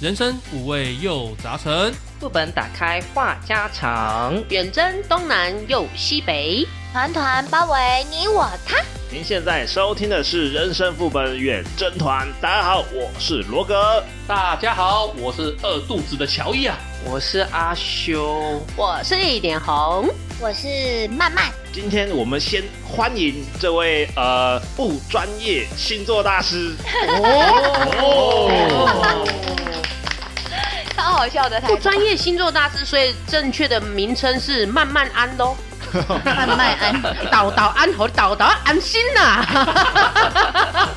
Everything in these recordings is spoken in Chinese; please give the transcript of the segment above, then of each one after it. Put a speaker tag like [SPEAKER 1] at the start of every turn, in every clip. [SPEAKER 1] 人生五味又杂陈。
[SPEAKER 2] 副本打开话家常，
[SPEAKER 3] 远征东南又西北，
[SPEAKER 4] 团团包围你我他。
[SPEAKER 5] 您现在收听的是《人生副本远征团》，大家好，我是罗格。
[SPEAKER 1] 大家好，我是饿肚子的乔伊啊。
[SPEAKER 2] 我是阿修，
[SPEAKER 3] 我是一点红，
[SPEAKER 4] 我是曼曼，
[SPEAKER 5] 今天我们先欢迎这位呃不专业星座大师哦，
[SPEAKER 4] 超好笑的台
[SPEAKER 3] 不专业星座大师，所以正确的名称是慢慢安喽。
[SPEAKER 4] 慢慢安。
[SPEAKER 3] 导导安好，导导安心呐、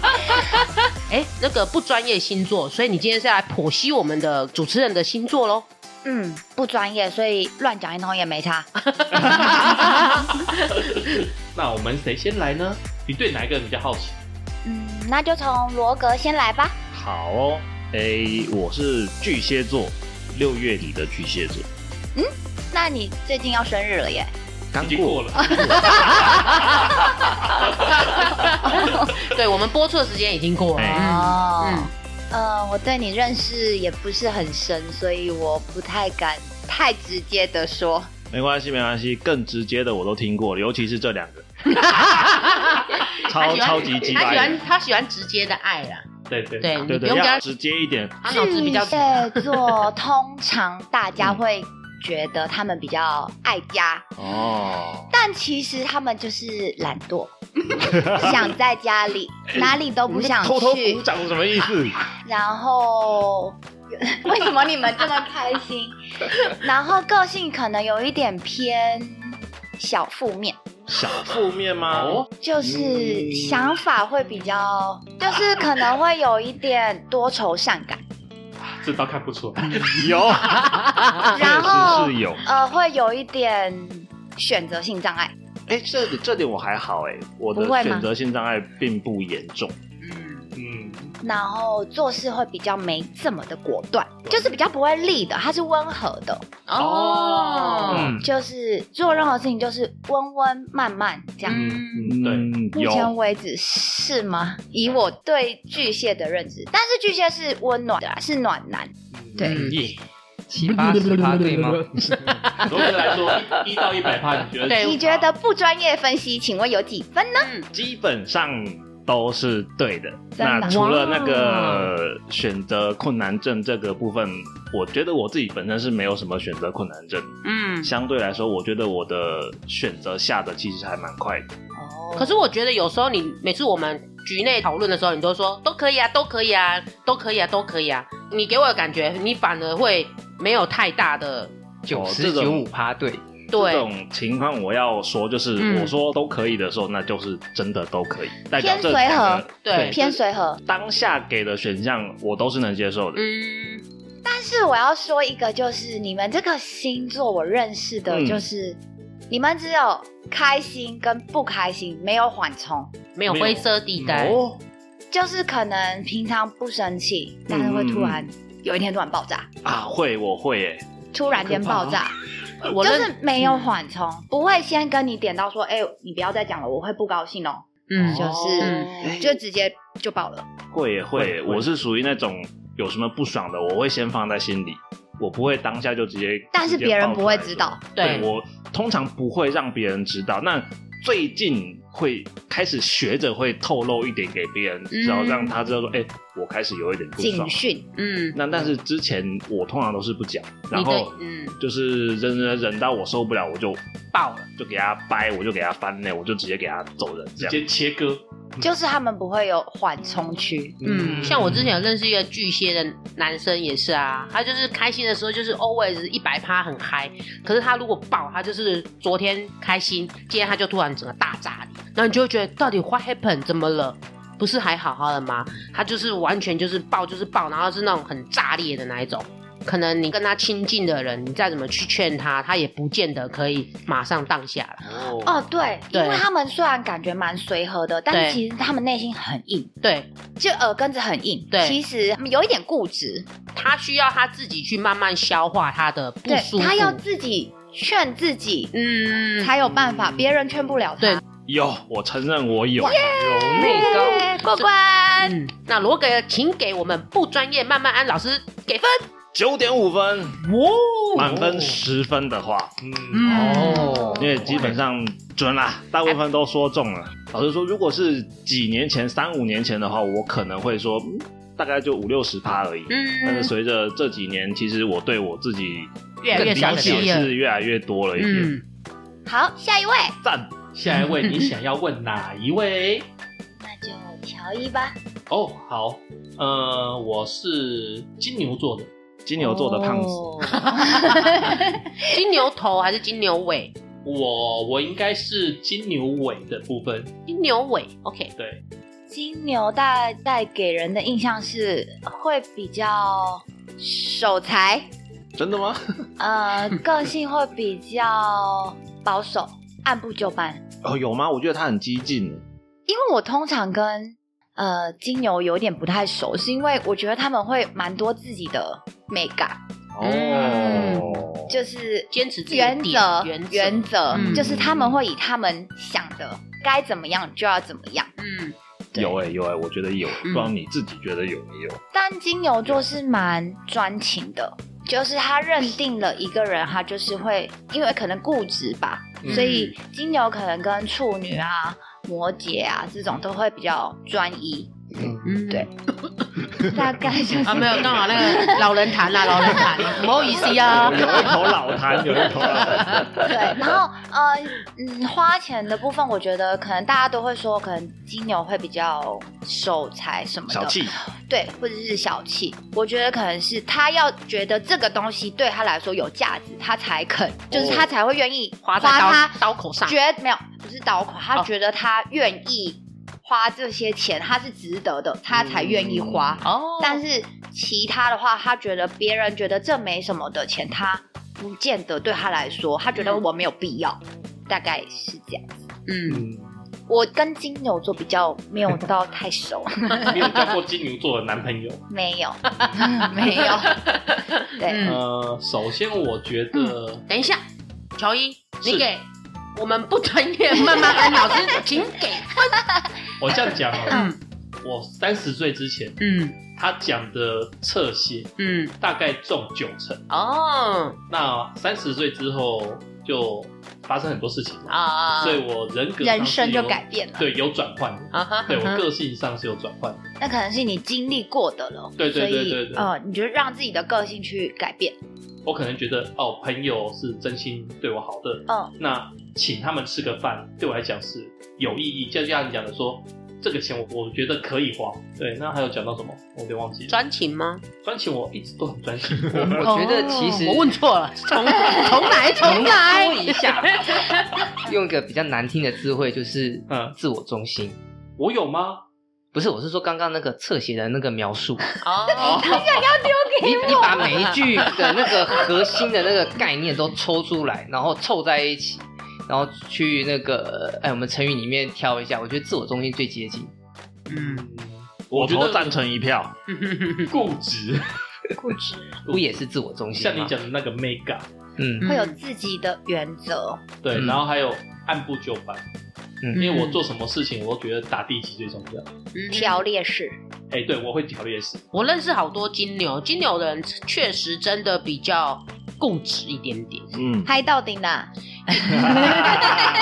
[SPEAKER 3] 哎、那个不专业星座，所以你今天是来剖析我们的主持人的星座 喽？
[SPEAKER 4] 嗯，不专业，所以乱讲一通也没 差。
[SPEAKER 1] 那我们谁先来呢？你对哪一个比较好奇？
[SPEAKER 4] 嗯，那就从罗格先来吧。
[SPEAKER 5] 好哦，诶，我是巨蟹座，六月里的巨蟹座，
[SPEAKER 4] 那你最近要生日了耶？
[SPEAKER 5] 刚
[SPEAKER 1] 已经过
[SPEAKER 5] 了，
[SPEAKER 1] 了，
[SPEAKER 3] 对，我们播出的时间已经过了。
[SPEAKER 5] 哎
[SPEAKER 4] 哦，
[SPEAKER 3] 嗯
[SPEAKER 4] 呃，我对你认识也不是很深，所以我不太敢太直接的说。
[SPEAKER 5] 没关系，没关系，更直接的我都听过了，尤其是这两个，
[SPEAKER 3] 他
[SPEAKER 5] 超
[SPEAKER 3] 喜欢
[SPEAKER 5] 超级鸡
[SPEAKER 3] 嗯他喜
[SPEAKER 5] 掰的
[SPEAKER 3] 欢，他喜欢直接的爱啦。
[SPEAKER 1] 对对
[SPEAKER 3] 对，你
[SPEAKER 5] 对
[SPEAKER 3] 不
[SPEAKER 5] 对，
[SPEAKER 3] 用跟
[SPEAKER 5] 要
[SPEAKER 3] 他，
[SPEAKER 5] 直接一点，
[SPEAKER 3] 他脑子比较
[SPEAKER 4] 巨
[SPEAKER 5] 啊
[SPEAKER 4] 蟹座通常大
[SPEAKER 5] 嗯
[SPEAKER 4] 家会觉得他们比较爱家，
[SPEAKER 5] 哦，
[SPEAKER 4] 但其实他们就是懒 惰，想在家里哪里都不想
[SPEAKER 5] 偷偷
[SPEAKER 4] 去
[SPEAKER 5] 鼓，掌是什么意 思？
[SPEAKER 4] 然后。为什么你们这么开 心？然后个性可能有一点偏小负面，
[SPEAKER 5] 小负面吗？
[SPEAKER 1] 哦，
[SPEAKER 4] 就是
[SPEAKER 5] 嗯
[SPEAKER 4] 想法会比较，就是可能会有一点多愁善感，
[SPEAKER 1] 这倒看不出来。
[SPEAKER 5] 有，确
[SPEAKER 4] 然后
[SPEAKER 5] 实啊是有。
[SPEAKER 4] 呃，会有一点选择性障碍。
[SPEAKER 5] 哎、这里这点我还好哎、我的
[SPEAKER 4] 不会吗
[SPEAKER 5] 选择性障碍并不严重。
[SPEAKER 1] 嗯，
[SPEAKER 4] 然后做事会比较没这么的果断，就是比较不会立的，它是温和的，
[SPEAKER 3] 哦，
[SPEAKER 1] 嗯
[SPEAKER 4] 就是做任何事情就是温温慢慢这样。
[SPEAKER 3] 嗯，
[SPEAKER 5] 嗯，
[SPEAKER 4] 目前
[SPEAKER 5] 有
[SPEAKER 4] 为止是吗？以我对巨蟹的认知，但是巨蟹是温暖的啦，是暖男。对
[SPEAKER 1] 嗯耶
[SPEAKER 6] 七八十趴对吗？
[SPEAKER 1] 总体嗯来说，一一到一百趴，你觉得？
[SPEAKER 3] 对
[SPEAKER 4] 你觉得不专业分析，请问有几分呢？
[SPEAKER 5] 基本上都是对的。
[SPEAKER 4] 真的
[SPEAKER 5] 那除了那个选择困难症这个部分，我觉得我自己本身是没有什么选择困难症，
[SPEAKER 3] 嗯，
[SPEAKER 5] 相对来说，我觉得我的选择下的其实还蛮快的。
[SPEAKER 4] 哦
[SPEAKER 3] 可是我觉得有时候你每次我们局内讨论的时候，你都说都可以啊，都可以啊，都可以啊，都可以啊。你给我的感觉，你反而会没有太大的
[SPEAKER 6] 九
[SPEAKER 5] 这
[SPEAKER 6] 十
[SPEAKER 5] 种
[SPEAKER 6] 九五趴对，
[SPEAKER 5] 这
[SPEAKER 3] 对
[SPEAKER 5] 种情况我要说，就是、
[SPEAKER 3] 嗯
[SPEAKER 5] 我说都可以的时候，那就是真的都可以，代表
[SPEAKER 4] 偏
[SPEAKER 5] 这
[SPEAKER 4] 随
[SPEAKER 5] 两个
[SPEAKER 4] 和
[SPEAKER 3] 对
[SPEAKER 4] 偏随和。
[SPEAKER 5] 当下给的选项我都是能接受的。
[SPEAKER 3] 嗯
[SPEAKER 4] 但是我要说一个，就是你们这个星座，我认识的
[SPEAKER 5] 嗯
[SPEAKER 4] 就是、你们只有开心跟不开心，没有缓冲，
[SPEAKER 3] 没有
[SPEAKER 5] 没有
[SPEAKER 3] 灰色地带。
[SPEAKER 5] 哦，
[SPEAKER 4] 就是可能平常不生气，
[SPEAKER 5] 嗯
[SPEAKER 4] 但是会突然、有一天突然爆炸，
[SPEAKER 5] 啊，会，我会耶，
[SPEAKER 4] 突然间爆炸，
[SPEAKER 3] 我
[SPEAKER 4] 就
[SPEAKER 3] 认
[SPEAKER 4] 是没有缓冲，不会先跟你点到说，哎、你不要再讲了，我会不高兴哦，
[SPEAKER 3] 嗯
[SPEAKER 4] 就
[SPEAKER 3] 嗯
[SPEAKER 4] 是、
[SPEAKER 5] 哎
[SPEAKER 4] 就直接就爆了。
[SPEAKER 5] 会耶，会耶，
[SPEAKER 1] 会
[SPEAKER 5] 我是属于那种有什么不爽的，我会先放在心里，我不会当下就直接，
[SPEAKER 4] 但是
[SPEAKER 5] 直接
[SPEAKER 4] 别人
[SPEAKER 5] 爆出
[SPEAKER 4] 不会
[SPEAKER 5] 来
[SPEAKER 4] 知道
[SPEAKER 5] 对
[SPEAKER 3] 对
[SPEAKER 5] 我通常不会让别人知道。那最近会开始学着会透露一点给别人，知道、
[SPEAKER 3] 嗯
[SPEAKER 5] 让他知道说，哎、我开始有一点不
[SPEAKER 4] 警
[SPEAKER 5] 爽。
[SPEAKER 4] 讯，
[SPEAKER 3] 嗯，
[SPEAKER 5] 那但是之前我通常都是不讲，然
[SPEAKER 3] 你的
[SPEAKER 5] 后
[SPEAKER 3] 嗯
[SPEAKER 5] 就是忍忍忍到我受不了，我就
[SPEAKER 3] 爆了，
[SPEAKER 5] 就给他掰，我就给他翻脸，我就直接给他走人，这
[SPEAKER 1] 直接
[SPEAKER 5] 样。
[SPEAKER 1] 切割。
[SPEAKER 5] 嗯
[SPEAKER 4] 就是他们不会有缓冲区，
[SPEAKER 3] 嗯，像我之前有认识一个巨蟹的男生也是啊，他就是开心的时候就是 always 一百趴很嗨，可是他如果爆，他就是昨天开心，今天他就突然整个大炸裂，然后你就会觉得到底 what happened 怎么了？不是还好好的吗？他就是完全就是爆就是爆，然后是那种很炸裂的那一种。可能你跟他亲近的人，你再怎么去劝他，他也不见得可以马上当下了。
[SPEAKER 4] 哦，对，
[SPEAKER 3] 对
[SPEAKER 4] 因为他们虽然感觉蛮随和的，但
[SPEAKER 3] 对
[SPEAKER 4] 是其实他们内心很硬，
[SPEAKER 3] 对
[SPEAKER 4] 就耳根子很硬。
[SPEAKER 3] 对
[SPEAKER 4] 其实他们有一点固执，
[SPEAKER 3] 他需要他自己去慢慢消化他的不
[SPEAKER 4] 对
[SPEAKER 3] 舒服。
[SPEAKER 4] 他要自己劝自己、
[SPEAKER 3] 嗯，
[SPEAKER 4] 才有办法，别人劝不了他。
[SPEAKER 3] 对
[SPEAKER 5] 有，我承认我有。
[SPEAKER 6] 有内
[SPEAKER 4] 耶哎过关。
[SPEAKER 3] 嗯，那罗格，请给我们不专业慢慢安老师给分。
[SPEAKER 5] 九点五分，
[SPEAKER 3] 哇
[SPEAKER 5] 满分十分的话，
[SPEAKER 1] 嗯，
[SPEAKER 3] 哦嗯，
[SPEAKER 6] 哦
[SPEAKER 5] 因为基本上准啦，大部分都说中了。老实说，如果是几年前、三五年前的话，我可能会说嗯大概就五六十趴而已。但是
[SPEAKER 3] 嗯，
[SPEAKER 5] 随着这几年，其实我对我自己
[SPEAKER 3] 越来越
[SPEAKER 5] 了
[SPEAKER 3] 详
[SPEAKER 5] 解
[SPEAKER 3] 细了。
[SPEAKER 5] 是越来越多了一点。嗯
[SPEAKER 3] 嗯，
[SPEAKER 4] 好，下一位，
[SPEAKER 5] 赞，
[SPEAKER 1] 下一位你想要问哪一位？
[SPEAKER 4] 那就乔伊吧。
[SPEAKER 1] 哦，好，呃，我是金牛座的，
[SPEAKER 5] 金牛座的胖子，
[SPEAKER 4] 哦
[SPEAKER 3] 金牛头还是金牛尾？
[SPEAKER 1] 我我应该是金牛尾的部分，
[SPEAKER 3] 金牛尾，OK，
[SPEAKER 1] 对，
[SPEAKER 4] 金牛大概给人的印象是会比较守财，
[SPEAKER 5] 真的吗？
[SPEAKER 4] 呃，个性会比较保守，按部就班。
[SPEAKER 5] 哦，有吗？我觉得他很激进。
[SPEAKER 4] 因为我通常跟呃金牛有点不太熟，是因为我觉得他们会蛮多自己的美感，
[SPEAKER 3] 嗯
[SPEAKER 5] 哦，
[SPEAKER 4] 就是
[SPEAKER 3] 坚持自己的
[SPEAKER 4] 原
[SPEAKER 3] 底
[SPEAKER 4] 则
[SPEAKER 3] 原则，
[SPEAKER 4] 原则，
[SPEAKER 3] 嗯
[SPEAKER 4] 就是他们会以他们想的该怎么样就要怎么样。
[SPEAKER 3] 嗯，
[SPEAKER 5] 有哎、有哎、我觉得有，不
[SPEAKER 3] 嗯
[SPEAKER 5] 知道你自己觉得有没有？
[SPEAKER 4] 但金牛座是蛮专情的，就是他认定了一个人，他就是会因为可能固执吧，
[SPEAKER 1] 嗯
[SPEAKER 4] 所以金牛可能跟处女啊、摩羯啊这种都会比较专一，
[SPEAKER 3] 嗯
[SPEAKER 4] 对。大概就是
[SPEAKER 3] 啊，没有，刚好那个老人谈啊啦，老人谈，不好意思 啊。
[SPEAKER 5] 有一口老痰，有一口老痰。
[SPEAKER 4] 对，然后呃嗯，花钱的部分，我觉得可能大家都会说，可能金牛会比较守财什么的，
[SPEAKER 5] 小气，
[SPEAKER 4] 对，或者是小气。我觉得可能是他要觉得这个东西对他来说有价值，他才肯，就是他才会愿意
[SPEAKER 3] 划哦在刀
[SPEAKER 4] 他
[SPEAKER 3] 刀口上，
[SPEAKER 4] 觉没有不是倒垮，他
[SPEAKER 3] 哦
[SPEAKER 4] 觉得他愿意花这些钱，他是值得的，他才愿意花。
[SPEAKER 3] 哦
[SPEAKER 4] 但是其他的话，他觉得别人觉得这没什么的钱，他不见得对他来说，他觉得我没有必要，大概是这样。
[SPEAKER 3] 嗯，
[SPEAKER 1] 嗯，
[SPEAKER 4] 我跟金牛座比较没有到太 熟，
[SPEAKER 1] 你有交过金牛座的男朋友？
[SPEAKER 4] 没 有，没有。对，
[SPEAKER 3] 嗯
[SPEAKER 1] 呃，首先我觉得
[SPEAKER 4] 嗯
[SPEAKER 3] 等一下，乔伊，你
[SPEAKER 1] 是
[SPEAKER 3] 给我们不专 业慢慢安老师，请给，
[SPEAKER 1] 我这样讲好了，
[SPEAKER 3] 嗯
[SPEAKER 1] 我三十岁之前，
[SPEAKER 3] 嗯
[SPEAKER 1] 他讲的侧写
[SPEAKER 3] 嗯，
[SPEAKER 1] 大概中九成，
[SPEAKER 3] 哦
[SPEAKER 1] 那三十岁之后就发生很多事情嘛，
[SPEAKER 3] 啊，
[SPEAKER 1] 所以我人格上
[SPEAKER 4] 人生
[SPEAKER 1] 是
[SPEAKER 4] 就
[SPEAKER 1] 有
[SPEAKER 4] 改嗯变了。
[SPEAKER 1] 对有转换的，
[SPEAKER 3] 啊哈，
[SPEAKER 1] 对我
[SPEAKER 3] 啊哈
[SPEAKER 1] 个性上是有转换的，
[SPEAKER 4] 那可能是你经历过的了，
[SPEAKER 1] 对对对对
[SPEAKER 4] 所以
[SPEAKER 1] 对
[SPEAKER 4] 呃，你就让自己的个性去改变。
[SPEAKER 1] 我可能觉得哦，朋友是真心对我好的，
[SPEAKER 4] 嗯，
[SPEAKER 1] 那请他们吃个饭对我来讲是有意义，就像你讲的说。这个钱我我觉得可以花，对，那还有讲到什么，我有点忘记了。
[SPEAKER 3] 专情吗？
[SPEAKER 1] 专情我一直都很专情，
[SPEAKER 6] 我觉得其实
[SPEAKER 3] 哦我问错了， 重重来重来
[SPEAKER 6] 重复一下，
[SPEAKER 1] 哦
[SPEAKER 6] 用一个比较难听的智慧就是
[SPEAKER 1] 嗯
[SPEAKER 6] 自我中心。
[SPEAKER 1] 我有吗？
[SPEAKER 6] 不是，我是说刚刚那个侧写的那个描述，
[SPEAKER 3] 哦，
[SPEAKER 6] 你
[SPEAKER 1] 哦
[SPEAKER 6] 你把每一句的那个核心的那个概念都抽出来，然后凑在一起，然后去那个哎，我们成语里面挑一下，我觉得自我中心最接近。
[SPEAKER 3] 嗯，
[SPEAKER 5] 我
[SPEAKER 1] 觉得
[SPEAKER 5] 投赞成一票。
[SPEAKER 1] 固执，
[SPEAKER 4] 固执
[SPEAKER 6] 不也是自我中心
[SPEAKER 1] 像你
[SPEAKER 6] 吗？
[SPEAKER 1] 讲的那个 mega，
[SPEAKER 6] 嗯
[SPEAKER 4] 会有自己的原则，
[SPEAKER 1] 对，
[SPEAKER 6] 嗯
[SPEAKER 1] 然后还有按部就班，因
[SPEAKER 6] 嗯
[SPEAKER 1] 为我做什么事情，我都觉得打地基最重要。
[SPEAKER 3] 嗯
[SPEAKER 4] 条列式。
[SPEAKER 1] 哎、对，我会条列式，
[SPEAKER 3] 我认识好多金牛，金牛的人确实真的比较固执一点点，
[SPEAKER 5] 嗯，
[SPEAKER 4] 嗨到顶啦！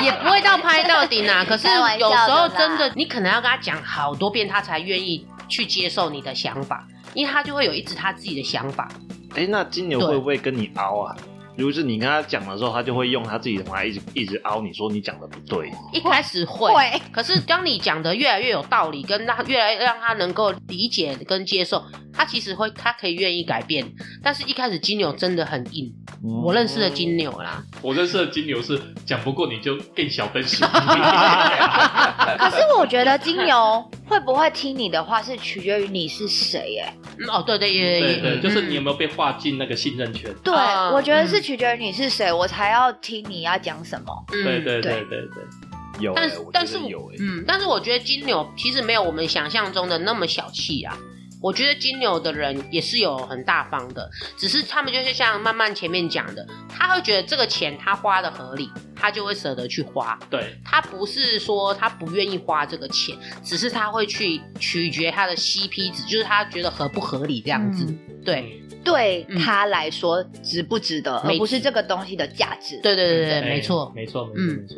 [SPEAKER 3] 也不会到拍到顶 啊。可是
[SPEAKER 4] 开玩笑
[SPEAKER 3] 有
[SPEAKER 4] 的啦
[SPEAKER 3] 时候真的，你可能要跟他讲好多遍，他才愿意去接受你的想法，因为他就会有一直他自己的想法。
[SPEAKER 5] 哎，那金牛
[SPEAKER 3] 对
[SPEAKER 5] 会不会跟你凹啊？如果是你跟他讲的时候，他就会用他自己的话一直一直凹你说你讲的不对。
[SPEAKER 3] 一开始会，可是当你讲的越来越有道理，跟他越来越让他能够理解跟接受，他其实会他可以愿意改变。但是一开始金牛真的很硬，
[SPEAKER 1] 哦
[SPEAKER 3] 我认识的金牛啦，
[SPEAKER 1] 我认识的金牛是讲不过你就更小分析，
[SPEAKER 5] 啊哎
[SPEAKER 4] 可是我觉得金牛会不会听你的话，是取决于你是谁耶。
[SPEAKER 3] 嗯哦对对也
[SPEAKER 1] 对
[SPEAKER 3] 也
[SPEAKER 1] 对，就是你有
[SPEAKER 3] 嗯
[SPEAKER 1] 没有被划进那个信任圈？
[SPEAKER 4] 对，
[SPEAKER 3] 啊
[SPEAKER 4] 我觉得是取决于你是谁，我才要听你要讲什么。
[SPEAKER 3] 嗯
[SPEAKER 1] 对对
[SPEAKER 4] 对
[SPEAKER 1] 对对对，
[SPEAKER 5] 有
[SPEAKER 3] 但
[SPEAKER 5] 哎，
[SPEAKER 3] 是
[SPEAKER 5] 我
[SPEAKER 3] 但
[SPEAKER 5] 觉
[SPEAKER 3] 是
[SPEAKER 5] 得
[SPEAKER 3] 我
[SPEAKER 5] 有哎。
[SPEAKER 3] 嗯，但是我觉得金牛其实没有我们想象中的那么小气啊。我觉得金牛的人也是有很大方的，只是他们就是像慢慢前面讲的，他会觉得这个钱他花的合理，他就会舍得去花。
[SPEAKER 1] 对，
[SPEAKER 3] 他不是说他不愿意花这个钱，只是他会去取决他的 CP 值，就是他觉得合不合理这样
[SPEAKER 4] 嗯
[SPEAKER 3] 子。对
[SPEAKER 4] 对
[SPEAKER 3] 嗯
[SPEAKER 4] 他来说值不值得，
[SPEAKER 3] 没
[SPEAKER 4] 而不是这个东西的价值。，
[SPEAKER 3] 对对对对，
[SPEAKER 1] 哎
[SPEAKER 3] 没错。
[SPEAKER 1] 没错，没错，
[SPEAKER 3] 嗯
[SPEAKER 1] 没错。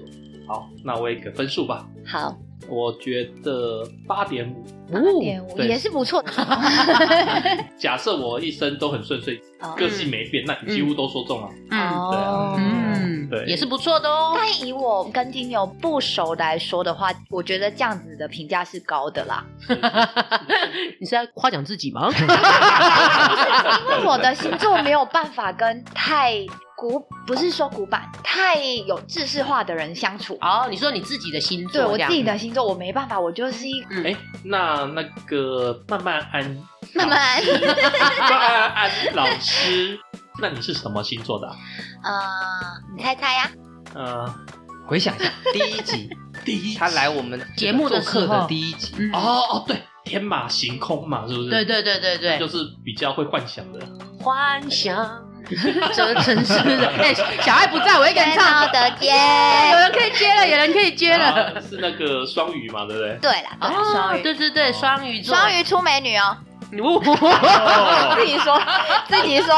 [SPEAKER 1] 好，那我也给分数吧，
[SPEAKER 3] 哦
[SPEAKER 4] 好，
[SPEAKER 1] 我觉得八点五。
[SPEAKER 4] 八点五
[SPEAKER 1] 对
[SPEAKER 4] 也是 不错的。
[SPEAKER 1] 假设我一生都很顺遂，
[SPEAKER 4] 哦
[SPEAKER 1] 个性没变，那你几乎都说中了。
[SPEAKER 3] 嗯
[SPEAKER 1] 对啊
[SPEAKER 4] 哦，
[SPEAKER 3] 嗯，
[SPEAKER 1] 对
[SPEAKER 3] 也是不错的哦。
[SPEAKER 4] 但以我跟金牛不熟来说的话，我觉得这样子的评价是高的啦，
[SPEAKER 3] 你是在夸奖自己吗？
[SPEAKER 4] 因为我的星座没有办法跟太古，不是说古板，太有知识化的人相处。
[SPEAKER 3] 哦，你说你自己的星座，
[SPEAKER 4] 对我自己的星座，我没办法，我就是一
[SPEAKER 1] 哎、那那个慢慢安，
[SPEAKER 4] 慢慢，
[SPEAKER 1] 慢慢安老师，那你是什么星座的、啊？
[SPEAKER 4] 呃，你猜猜呀、
[SPEAKER 1] 呃，
[SPEAKER 6] 回想一 下第一集，
[SPEAKER 1] 第一
[SPEAKER 6] 他来我们
[SPEAKER 3] 节目的
[SPEAKER 6] 的
[SPEAKER 3] 时
[SPEAKER 6] 课
[SPEAKER 3] 候
[SPEAKER 6] 的第一集，
[SPEAKER 3] 嗯，
[SPEAKER 1] 哦哦，对，天马行空嘛，是不是？
[SPEAKER 3] 对对对对对，
[SPEAKER 1] 就是比较会幻想的。
[SPEAKER 3] 幻想，这真是的。哎、小爱不在，我一个人
[SPEAKER 4] 天
[SPEAKER 3] 唱
[SPEAKER 4] 高。的接，
[SPEAKER 3] 有 人可以接了，有人可以接了。
[SPEAKER 1] 啊是那个双鱼嘛，对不对？
[SPEAKER 4] 对啦，对啦，
[SPEAKER 3] 哦
[SPEAKER 4] 双，鱼，
[SPEAKER 3] 对对对，双鱼座，
[SPEAKER 4] 双鱼出美女哦，
[SPEAKER 3] 鱼，
[SPEAKER 1] 哦
[SPEAKER 4] 自己说，自己说，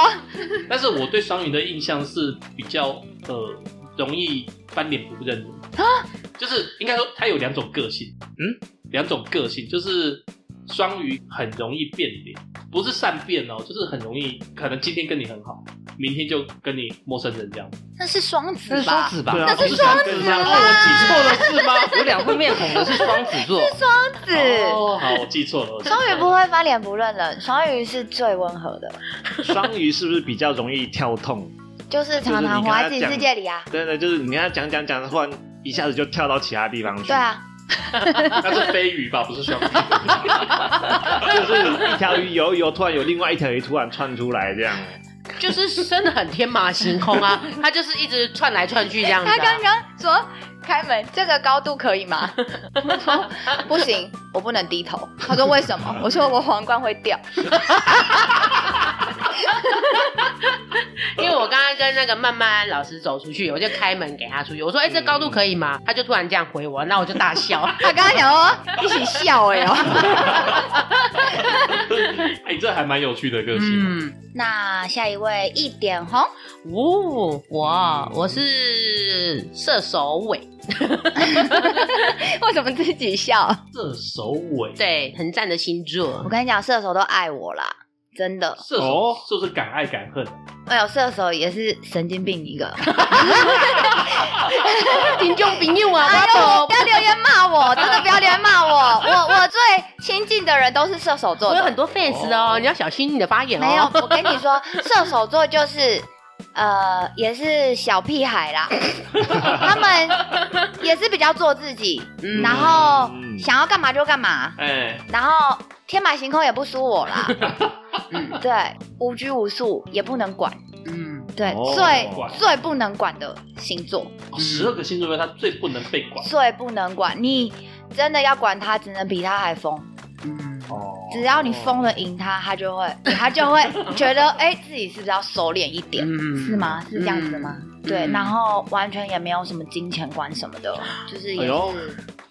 [SPEAKER 1] 但是我对双鱼的印象是比较呃容易翻脸不认人
[SPEAKER 4] 啊
[SPEAKER 1] 就是应该说他有两种个性，嗯，两种个性就是双鱼很容易变脸，不是善变哦，就是很容易，可能今天跟你很好，明天就跟你陌生人这样。
[SPEAKER 4] 那是双
[SPEAKER 6] 那
[SPEAKER 4] 子
[SPEAKER 6] 是双
[SPEAKER 4] 吧？
[SPEAKER 6] 子吧？
[SPEAKER 5] 对啊，
[SPEAKER 4] 那是
[SPEAKER 5] 不三跟三
[SPEAKER 1] 哦，
[SPEAKER 5] 哦
[SPEAKER 1] 我记错了是吗？
[SPEAKER 6] 有两会面红的是双子 座，
[SPEAKER 4] 双子，
[SPEAKER 1] 哦，好，我记错了。我记错
[SPEAKER 4] 双
[SPEAKER 1] 了
[SPEAKER 4] 鱼不会翻脸不认人，双鱼是最温和的，
[SPEAKER 5] 双鱼是不是比较容易跳痛？
[SPEAKER 4] 就是常常活在自己世界里啊。
[SPEAKER 5] 对对，就是你跟他讲讲讲，忽然一下子就跳到其他地方去，
[SPEAKER 4] 对，啊，
[SPEAKER 1] 那是飞鱼吧，不是 双鱼。
[SPEAKER 5] 就是一条鱼游一游，突然有另外一条鱼突然窜出来，这样。
[SPEAKER 3] 就是真的很天马行空 啊，他就是一直窜来窜去这样子、
[SPEAKER 4] 他
[SPEAKER 3] 啊
[SPEAKER 4] 刚。刚说开门这个高度可以 吗？我说不行，我不能低头。他说为什么？我说我皇冠会掉。
[SPEAKER 3] 因为我刚刚跟那个曼曼老师走出去，我就开门给他出去，我说：“哎、这高度可以吗？”他就突然这样回我，那我就大 笑。
[SPEAKER 4] 他刚刚讲说 一起笑哎、哦。
[SPEAKER 1] 哎、这还蛮有趣的个性。啊
[SPEAKER 3] 嗯，
[SPEAKER 4] 那下一位一点红，
[SPEAKER 3] 哦，我我是射手尾，
[SPEAKER 4] 为什么自己笑？
[SPEAKER 1] 射手尾，
[SPEAKER 3] 对，很赞的星座
[SPEAKER 4] 我。跟你讲，射手都爱我啦。真的，
[SPEAKER 1] 射手是不是敢爱敢恨？
[SPEAKER 4] 哎呦，射手也是神经病一个。
[SPEAKER 3] 听众朋友啊，
[SPEAKER 4] 哎呦，
[SPEAKER 3] 我
[SPEAKER 4] 不要留言骂我，真的不要留言骂我。我我最亲近的人都是射手座
[SPEAKER 3] 我
[SPEAKER 4] 的，
[SPEAKER 3] 有很多 fans 哦，你要小心你的发言
[SPEAKER 4] 没有
[SPEAKER 3] 哦。，
[SPEAKER 4] 我跟你说，射手座就是呃，也是小屁孩 啦，他们也是比较做自己，
[SPEAKER 3] 嗯
[SPEAKER 4] 然后
[SPEAKER 5] 嗯
[SPEAKER 4] 想要干嘛就干嘛，
[SPEAKER 1] 哎、
[SPEAKER 4] 然后天马行空也不输我啦。对，无拘无束也不能管，
[SPEAKER 3] 嗯，
[SPEAKER 4] 对，
[SPEAKER 5] 哦
[SPEAKER 4] 最
[SPEAKER 1] 管
[SPEAKER 4] 最不能管的星座，
[SPEAKER 1] 哦十二个星座里面，他最不能被管。
[SPEAKER 4] 最不能管，你真的要管他，只能比他还疯。
[SPEAKER 1] 哦
[SPEAKER 4] 只要你疯了赢他，他就会，他就会觉得，哎、自己是不是要收敛一点？
[SPEAKER 3] 嗯
[SPEAKER 4] 是吗？是这样子吗？对，
[SPEAKER 3] 嗯
[SPEAKER 4] 然后完全也没有什么金钱观什么的，就是也
[SPEAKER 5] 哎
[SPEAKER 4] 是
[SPEAKER 5] 呦，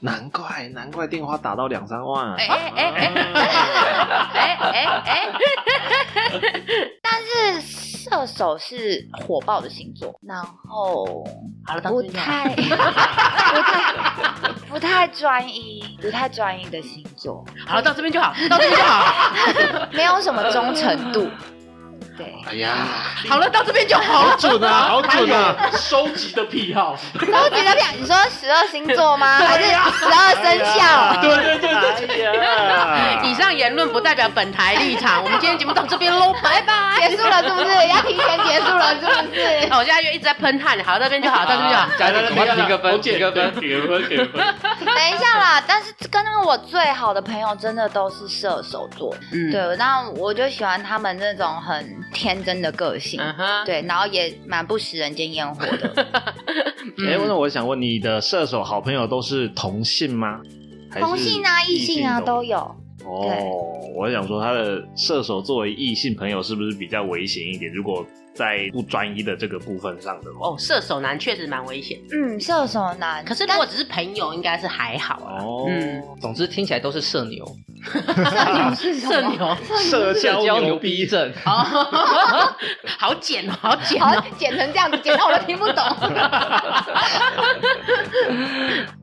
[SPEAKER 5] 难怪难怪电话打到两三万啊！
[SPEAKER 3] 哎哎哎哎哎哎哎，
[SPEAKER 4] 但是射手是火爆的星座，然后
[SPEAKER 3] 好了，到
[SPEAKER 4] 不
[SPEAKER 3] 这里啊
[SPEAKER 4] 太不太不太专一，不太专一的星座，
[SPEAKER 3] 好了，到这边就好，到这边就好，
[SPEAKER 4] 没有什么忠诚度。对，
[SPEAKER 5] 哎呀，
[SPEAKER 3] 好了，到这边就好。
[SPEAKER 5] 好准啊，好
[SPEAKER 1] 他
[SPEAKER 5] 准
[SPEAKER 4] 哎
[SPEAKER 5] 啊！
[SPEAKER 1] 有收集的癖 好，
[SPEAKER 4] 收集的票，你说十二星座吗？还是十二生肖？
[SPEAKER 5] 对哎对对对，哎呀
[SPEAKER 3] 以上言论不代表本台立场。我们今天节目到这边喽，拜拜。
[SPEAKER 4] 结束了是不是？要提前结束了是不是？
[SPEAKER 3] 哦，我现在就一直在喷汗，好，到这边就
[SPEAKER 6] 啊
[SPEAKER 3] 好，到这边就好。
[SPEAKER 6] 加点
[SPEAKER 1] 等一下
[SPEAKER 6] 评个
[SPEAKER 1] 红
[SPEAKER 6] 分，
[SPEAKER 1] 姐
[SPEAKER 6] 评个分。
[SPEAKER 1] 对给个分，给个分。
[SPEAKER 4] 等一下啦，但是跟我最好的朋友真的都是射手座，
[SPEAKER 3] 嗯，
[SPEAKER 4] 对，那我就喜欢他们那种很天真的个性，
[SPEAKER 3] 嗯哼，
[SPEAKER 4] 对，然后也蛮不食人间烟火的。
[SPEAKER 3] 嗯
[SPEAKER 5] 哎，那我想问， 你的射手好朋友都是同性吗？还是
[SPEAKER 4] 同性啊、异
[SPEAKER 5] 异性
[SPEAKER 4] 性啊
[SPEAKER 5] 都
[SPEAKER 4] 都有，
[SPEAKER 5] 哦，我想说他的射手作为异性朋友是不是比较危险一点？如果在不专一的这个部分上的话，
[SPEAKER 3] 哦，射手男确实蛮危险，
[SPEAKER 4] 嗯，射手男，
[SPEAKER 3] 可是如果只是朋友，应该是还好啊。
[SPEAKER 5] 哦，
[SPEAKER 3] 嗯，
[SPEAKER 6] 总之听起来都是社牛，
[SPEAKER 4] 射牛是什
[SPEAKER 3] 社
[SPEAKER 4] 么？
[SPEAKER 3] 牛，
[SPEAKER 5] 社
[SPEAKER 6] 社交
[SPEAKER 5] 交
[SPEAKER 6] 牛
[SPEAKER 5] 牛
[SPEAKER 6] 逼
[SPEAKER 5] 逼
[SPEAKER 6] 症。
[SPEAKER 3] 哦， 好剪哦，好剪
[SPEAKER 4] 好
[SPEAKER 3] 哦。，
[SPEAKER 4] 剪成这样子，剪到我都听不懂。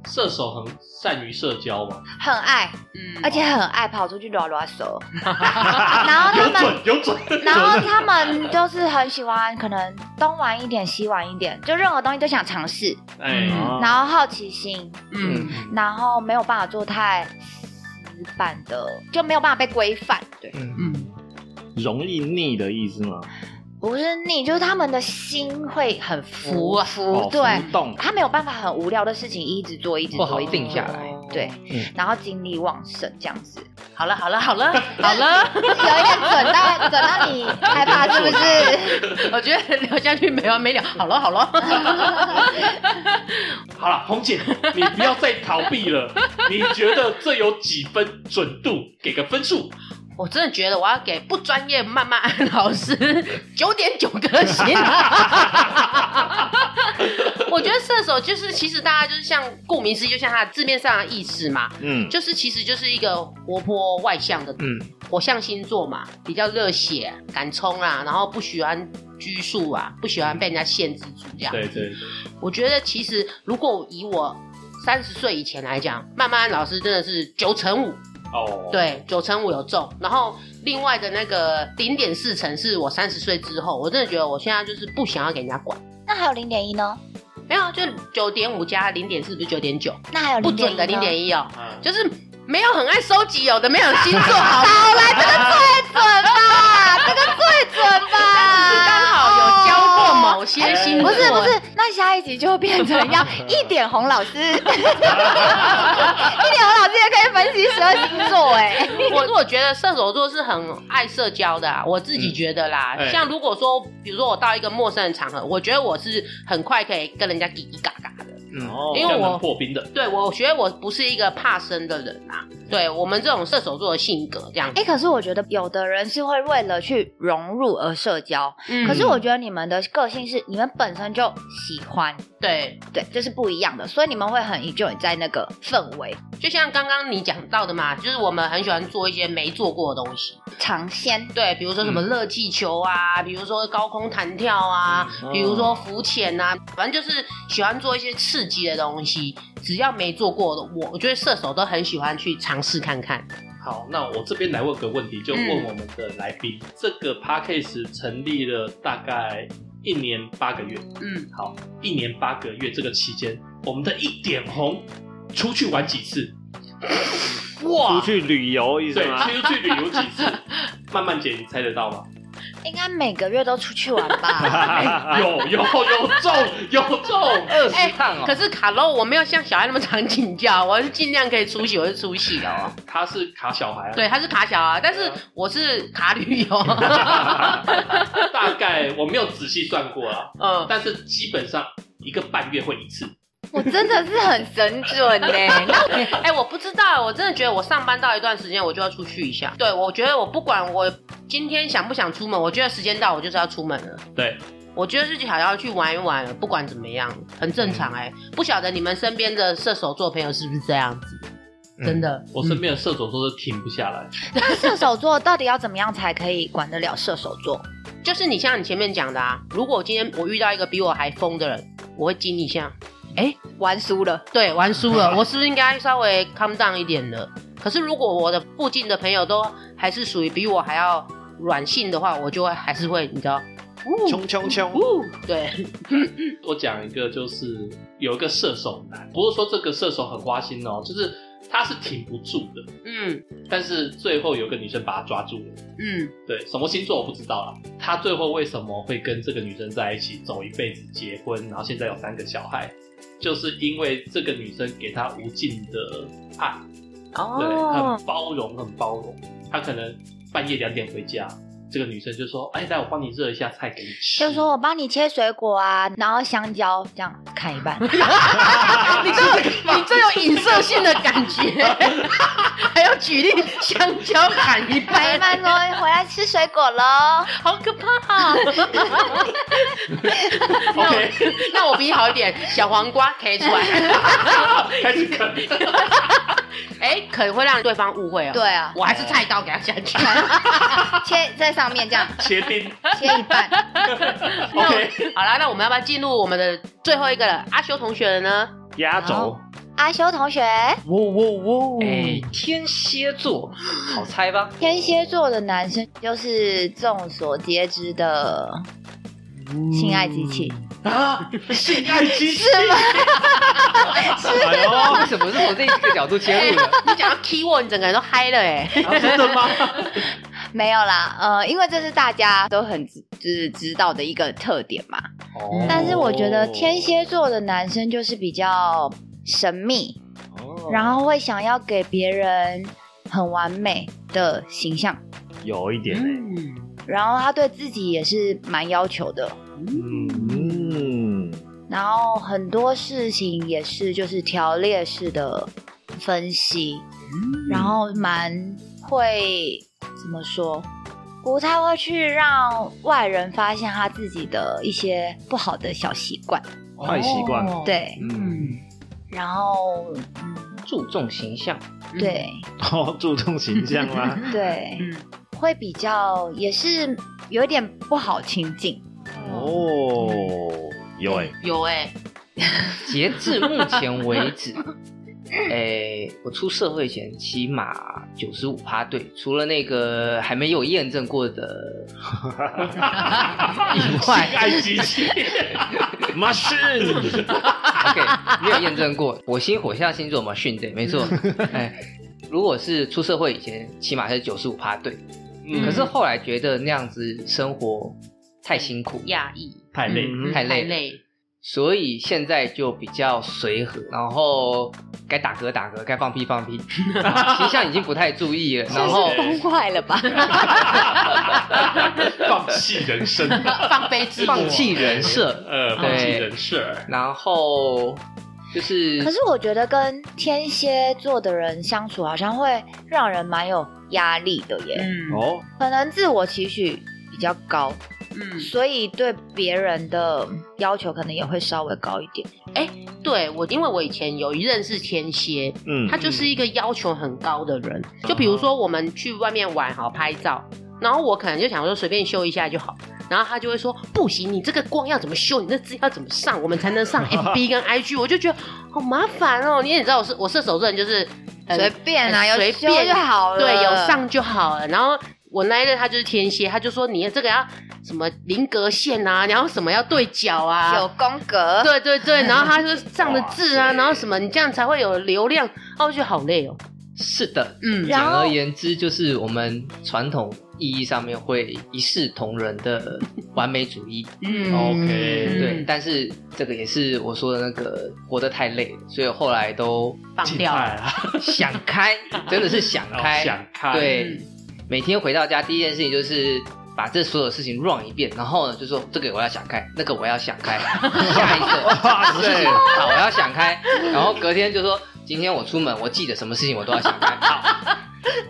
[SPEAKER 1] 射手很善于社交嘛，
[SPEAKER 4] 很爱，
[SPEAKER 3] 嗯
[SPEAKER 4] 而且很爱跑出去拉拉手， 然后他
[SPEAKER 5] 有
[SPEAKER 4] 们
[SPEAKER 5] 准有准，
[SPEAKER 4] 然后他们就是很喜欢，可能东玩一点，西玩一点，就任何东西都想尝试，
[SPEAKER 1] 哎、
[SPEAKER 5] 嗯
[SPEAKER 4] 然后好奇心，
[SPEAKER 3] 嗯，
[SPEAKER 4] 然后没有办法做太死板的，就没有办法被规范。对，
[SPEAKER 6] 嗯，
[SPEAKER 3] 嗯，
[SPEAKER 5] 容易腻的意思吗？
[SPEAKER 4] 不是腻，就是他们的心会很浮
[SPEAKER 3] 浮啊
[SPEAKER 4] 浮，
[SPEAKER 5] 哦
[SPEAKER 4] 对，
[SPEAKER 5] 浮动
[SPEAKER 4] 他没有办法很无聊的事情一直做，一直
[SPEAKER 6] 不好
[SPEAKER 3] 啊
[SPEAKER 4] 做，一直
[SPEAKER 6] 哦定
[SPEAKER 4] 做
[SPEAKER 6] 下来。
[SPEAKER 4] 对
[SPEAKER 5] 嗯，
[SPEAKER 4] 然后精力旺盛这样子，
[SPEAKER 3] 好了，好了，好了，好了，
[SPEAKER 4] 有一点准到准到你害怕是不是？
[SPEAKER 3] 我觉得聊下去没完没了。好了，好了，
[SPEAKER 1] 好了，红姐，你不要再逃避 了。你觉得这有几分准度？给个分数。
[SPEAKER 3] 我真的觉得我要给不专业慢慢安老师九点九颗星。 我觉得射手就是，其实大家就是像顾名思义，就像他字面上的意思嘛，
[SPEAKER 5] 嗯，
[SPEAKER 3] 就是其实就是一个活泼外向的，
[SPEAKER 6] 嗯，
[SPEAKER 3] 火象星座嘛，比较热血、敢冲啊，然后不喜欢拘束啊，不喜欢被人家限制住这样。
[SPEAKER 1] 对对对，
[SPEAKER 3] 我觉得其实如果以我三十岁以前来讲，慢慢老师真的是九成五，
[SPEAKER 1] 哦，，
[SPEAKER 3] 对，九成五有中。然后另外的那个零点四成是我三十岁之后，我真的觉得我现在就是不想要给人家管。
[SPEAKER 4] 那还有零点一呢？
[SPEAKER 3] 没有啊，就九点五加零点四不是九点九，
[SPEAKER 4] 那还有
[SPEAKER 3] 不
[SPEAKER 4] 零点
[SPEAKER 3] 准
[SPEAKER 4] 一
[SPEAKER 3] 的零点
[SPEAKER 4] 一，
[SPEAKER 3] 一哦，
[SPEAKER 1] 啊、
[SPEAKER 3] 就是没有很爱收集有的没有星座好
[SPEAKER 4] 好啦，这个最准吧，这个最准 吧。
[SPEAKER 3] 刚好有教过某些星
[SPEAKER 4] 不
[SPEAKER 3] 座，
[SPEAKER 4] 是不是，那下一集就变成要一点红老师， 一点红老师也可以分析十二星座哎。
[SPEAKER 3] 我我觉得射手座是很爱社交的、啊，我自己觉得啦。
[SPEAKER 1] 嗯哎
[SPEAKER 3] 像如果说，比如说我到一个陌生的场合，我觉得我是很快可以跟人家叽叽嘎嘎的。
[SPEAKER 6] 嗯
[SPEAKER 5] 哦
[SPEAKER 3] 因为我
[SPEAKER 1] 能破冰的，
[SPEAKER 3] 对，我觉得我不是一个怕生的人啊。对我们这种射手座的性格这样子
[SPEAKER 4] 哎，，可是我觉得有的人是会为了去融入而社交，
[SPEAKER 3] 嗯
[SPEAKER 4] 可是我觉得你们的个性是你们本身就喜欢，
[SPEAKER 3] 对，
[SPEAKER 4] 对，这是不一样的，所以你们会很 enjoy 在那个氛围，
[SPEAKER 3] 就像刚刚你讲到的嘛，就是我们很喜欢做一些没做过的东西。
[SPEAKER 4] 尝鲜。
[SPEAKER 3] 对，比如说什么热气球啊，比如说高空弹跳啊，
[SPEAKER 5] 嗯
[SPEAKER 3] 比如说浮潜啊，反正就是喜欢做一些刺激的东西。只要没做过的，我我觉得射手都很喜欢去尝试看看。
[SPEAKER 1] 好，那我这边来问个问题，就问我们的来宾，这个 p a c k a g e 成立了大概一年八个月，
[SPEAKER 3] 嗯，
[SPEAKER 1] 好，一年八个月这个期间，我们的一点红出去玩几次？
[SPEAKER 5] 出去旅游意思
[SPEAKER 1] 对，
[SPEAKER 5] 吗？
[SPEAKER 1] 出去旅游几 次？曼曼姐，你猜得到 吗？
[SPEAKER 4] 应该每个月都出去玩 吧？
[SPEAKER 1] 哎有有有中有中，
[SPEAKER 6] 二十趟哦。
[SPEAKER 3] 可是卡洛我没有像小孩那么常请假，我是尽量可以出席，我就出席哦。
[SPEAKER 1] 他是卡小孩啊，
[SPEAKER 3] 对，他是卡小啊，但是我是卡旅游。
[SPEAKER 1] 大概我没有仔细算过啊，
[SPEAKER 3] 嗯，
[SPEAKER 1] 但是基本上一个半月会一次。
[SPEAKER 4] 我真的是很神准呢、那
[SPEAKER 3] 哎、我不知道，我真的觉得我上班到一段时间，我就要出去一下。对，我觉得我不管我今天想不想出门，我觉得时间到，我就是要出门了。
[SPEAKER 1] 对，
[SPEAKER 3] 我觉得自己想要去玩一玩了，不管怎么样，很正
[SPEAKER 1] 嗯
[SPEAKER 3] 常哎、不晓得你们身边的射手座朋友是不是这样子？真的，
[SPEAKER 1] 嗯
[SPEAKER 3] 嗯
[SPEAKER 1] 我身边的射手座是停不下来，
[SPEAKER 4] 那射手座到底要怎么样才可以管得了射手座？
[SPEAKER 3] 就是你像你前面讲的啊，如果今天我遇到一个比我还疯的人，我会惊一下。
[SPEAKER 4] 玩输了，
[SPEAKER 3] 对，玩输了，我是不是应该稍微 calm down 一点呢？可是如果我的附近的朋友都还是属于比我还要软性的话，我就会还是会你知道，
[SPEAKER 5] 冲冲冲！
[SPEAKER 3] 呜，对，
[SPEAKER 1] 我讲一个，就是有一个射手男，不是说这个射手很花心哦，就是他是挺不住的，
[SPEAKER 3] 嗯
[SPEAKER 1] 但是最后有个女生把他抓住了。
[SPEAKER 3] 嗯，
[SPEAKER 1] 对，什么星座我不知道啦。他最后为什么会跟这个女生在一起，走一辈子，结婚，然后现在有三个小孩，就是因为这个女生给他无尽的爱，对，
[SPEAKER 4] 哦，
[SPEAKER 1] 很包容，很包容。他可能半夜两点回家，这个女生就说：“哎，来，我帮你热一下菜给你吃。”
[SPEAKER 4] 就说我帮你切水果啊，然后香蕉这样砍一半，
[SPEAKER 3] 哦你这有你这有影射性的感觉，还有举例，香蕉砍一
[SPEAKER 4] 白
[SPEAKER 3] 半，
[SPEAKER 4] 曼说回来吃水果喽。
[SPEAKER 3] 好可怕、啊
[SPEAKER 1] OK，
[SPEAKER 3] 那我比你好一点，小黄瓜可以出来，
[SPEAKER 1] 开始啃。
[SPEAKER 3] 哎、可能会让对方误会哦。
[SPEAKER 4] 对啊，
[SPEAKER 3] 我还是菜刀给他下去。
[SPEAKER 4] 切在上面这样
[SPEAKER 1] 切丁。
[SPEAKER 4] 切一半。
[SPEAKER 1] OK，
[SPEAKER 3] 好啦，那我们要不要进入我们的最后一个了？阿修同学的呢？
[SPEAKER 5] 压轴，
[SPEAKER 4] 阿修同学，
[SPEAKER 6] 喔喔喔！
[SPEAKER 2] 哎
[SPEAKER 6] 哎，天蝎座，好猜吧？
[SPEAKER 4] 天蝎座的男生就是众所皆知的性爱机器，
[SPEAKER 1] 性爱机器
[SPEAKER 5] 哎呦，
[SPEAKER 6] 为什么是从这个角度切入的？
[SPEAKER 3] 你讲到 key word，你整个人都嗨了哎、
[SPEAKER 1] 啊真的吗？
[SPEAKER 4] 没有啦，呃，因为这是大家都很知就是知道的一个特点嘛。
[SPEAKER 5] 哦
[SPEAKER 4] 但是我觉得天蝎座的男生就是比较神秘，
[SPEAKER 5] 哦嗯
[SPEAKER 4] 然后会想要给别人很完美的形象，
[SPEAKER 5] 有一点欸
[SPEAKER 3] 嗯，
[SPEAKER 4] 然后他对自己也是蛮要求的，
[SPEAKER 5] 嗯，
[SPEAKER 4] 然后很多事情也是就是条列式的分析，
[SPEAKER 5] 嗯
[SPEAKER 4] 然后蛮会怎么说，不太会去让外人发现他自己的一些不好的小习惯，
[SPEAKER 6] 哦
[SPEAKER 5] 坏习惯，
[SPEAKER 4] 对，
[SPEAKER 5] 嗯，
[SPEAKER 4] 然后
[SPEAKER 6] 注重形象，
[SPEAKER 3] 嗯
[SPEAKER 4] 对。
[SPEAKER 5] 哦，注重形象啦，
[SPEAKER 4] 对，
[SPEAKER 3] 嗯
[SPEAKER 4] 会比较也是有点不好亲近。
[SPEAKER 5] 哦，有哎，
[SPEAKER 3] 有哎、
[SPEAKER 6] 截至目前为止，哎，我出社会前起码九十五趴对，除了那个还没有验证过的以
[SPEAKER 1] 性
[SPEAKER 6] 外
[SPEAKER 1] 爱机 器，
[SPEAKER 5] machine，
[SPEAKER 6] ，OK，没有验证过。火星火象星座嘛，训对，没错。哎，如果是出社会以前，起码是九十五趴对，
[SPEAKER 1] 嗯
[SPEAKER 6] 可是后来觉得那样子生活太辛苦，
[SPEAKER 3] 压抑，
[SPEAKER 1] 太累。
[SPEAKER 5] 嗯
[SPEAKER 6] 太
[SPEAKER 3] 太
[SPEAKER 6] 累了，
[SPEAKER 3] 累，
[SPEAKER 6] 所以现在就比较随和，然后该打嗝打嗝，该放屁放屁，啊形象已经不太注意了，然后
[SPEAKER 1] 是疯
[SPEAKER 4] 坏了吧？
[SPEAKER 1] 放弃人生，
[SPEAKER 3] 放飞自我，
[SPEAKER 6] 放弃人设，
[SPEAKER 1] 呃，放弃人设。
[SPEAKER 6] 然后就是
[SPEAKER 4] 可是我觉得跟天蝎座的人相处，好像会让人蛮有压力的耶。
[SPEAKER 3] 嗯
[SPEAKER 5] 哦，
[SPEAKER 4] 可能自我期许比较高，
[SPEAKER 3] 嗯，
[SPEAKER 4] 所以对别人的要求可能也会稍微高一点。
[SPEAKER 3] 对我，因为我以前有一任是天蝎，
[SPEAKER 5] 嗯
[SPEAKER 3] 他，就是一个要求很高的人。就比如说我们去外面玩好拍照，然后我可能就想说随便修一下就好，然后他就会说不行，你这个光要怎么修，你这字要怎么上，我们才能 上 FB 跟 IG。我就觉得好麻烦哦，因为你知道我是我射手座人，就是呃
[SPEAKER 4] 随便啊，
[SPEAKER 3] 很
[SPEAKER 4] 有
[SPEAKER 3] 随
[SPEAKER 4] 修
[SPEAKER 3] 便
[SPEAKER 4] 就好了。
[SPEAKER 3] 对有上就好了。然后我那一任他就是天蝎，他就说你这个要什么菱格线啊，然后什么要对角啊，
[SPEAKER 4] 九宫格，
[SPEAKER 3] 对对对，然后他就上的字啊，
[SPEAKER 5] 哇塞
[SPEAKER 3] 然后什么，你这样才会有流量，哦，我觉得好累哦。
[SPEAKER 6] 是的。
[SPEAKER 3] 嗯
[SPEAKER 4] 然
[SPEAKER 6] 简
[SPEAKER 4] 后
[SPEAKER 6] 而言之，就是我们传统意义上面会一视同仁的完美主义，
[SPEAKER 3] 嗯
[SPEAKER 1] OK
[SPEAKER 6] 对。但是这个也是我说的那个活得太累了，所以后来都
[SPEAKER 3] 放
[SPEAKER 1] 静
[SPEAKER 3] 掉
[SPEAKER 1] 态啊，
[SPEAKER 6] 想开，真的是想
[SPEAKER 1] 然后
[SPEAKER 6] 开，
[SPEAKER 1] 哦想开，
[SPEAKER 6] 对，
[SPEAKER 3] 嗯
[SPEAKER 6] 每天回到家第一件事情就是把这所有事情 run 一遍，然后呢就说这个我要想开，那个我要想开，下一个
[SPEAKER 5] 哇
[SPEAKER 6] 事
[SPEAKER 5] 塞
[SPEAKER 6] 情，好我要想开，然后隔天就说今天我出门我记得什么事情我都要想 开，好，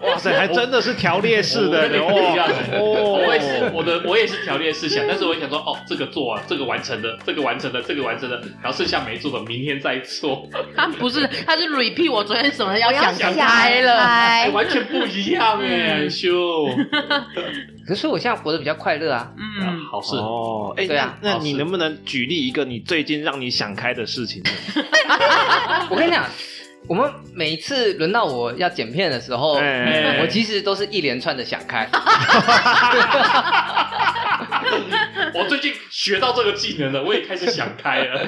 [SPEAKER 5] 哇塞，还真的是条列式的
[SPEAKER 1] 我跟你不一样
[SPEAKER 5] 哦，
[SPEAKER 1] 我也是，我的我也是条列式想，但是我也想说，哦，这个做完，这个完成的，这个完成的，这个完成的，然后剩下没做的，明天再做，
[SPEAKER 3] 他不是，他是 repeat 我昨天什么要
[SPEAKER 4] 我要
[SPEAKER 3] 想
[SPEAKER 4] 想
[SPEAKER 3] 开了。
[SPEAKER 1] 哎，
[SPEAKER 4] 开
[SPEAKER 1] 完全不一样哎，
[SPEAKER 3] 嗯
[SPEAKER 1] 修，
[SPEAKER 6] 可是我现在活得比较快乐 啊，
[SPEAKER 3] 嗯，
[SPEAKER 1] 好事，
[SPEAKER 5] 哦，哎，
[SPEAKER 6] 对啊
[SPEAKER 5] 那那
[SPEAKER 1] 好事
[SPEAKER 5] 你能不能举例一个你最近让你想开的事情呢？
[SPEAKER 6] 我跟你讲。我们每一次轮到我要剪片的时候，
[SPEAKER 5] 哎
[SPEAKER 6] 我其实都是一连串的想 开，
[SPEAKER 1] 我最近学到这个技能了，我也开始想开 了，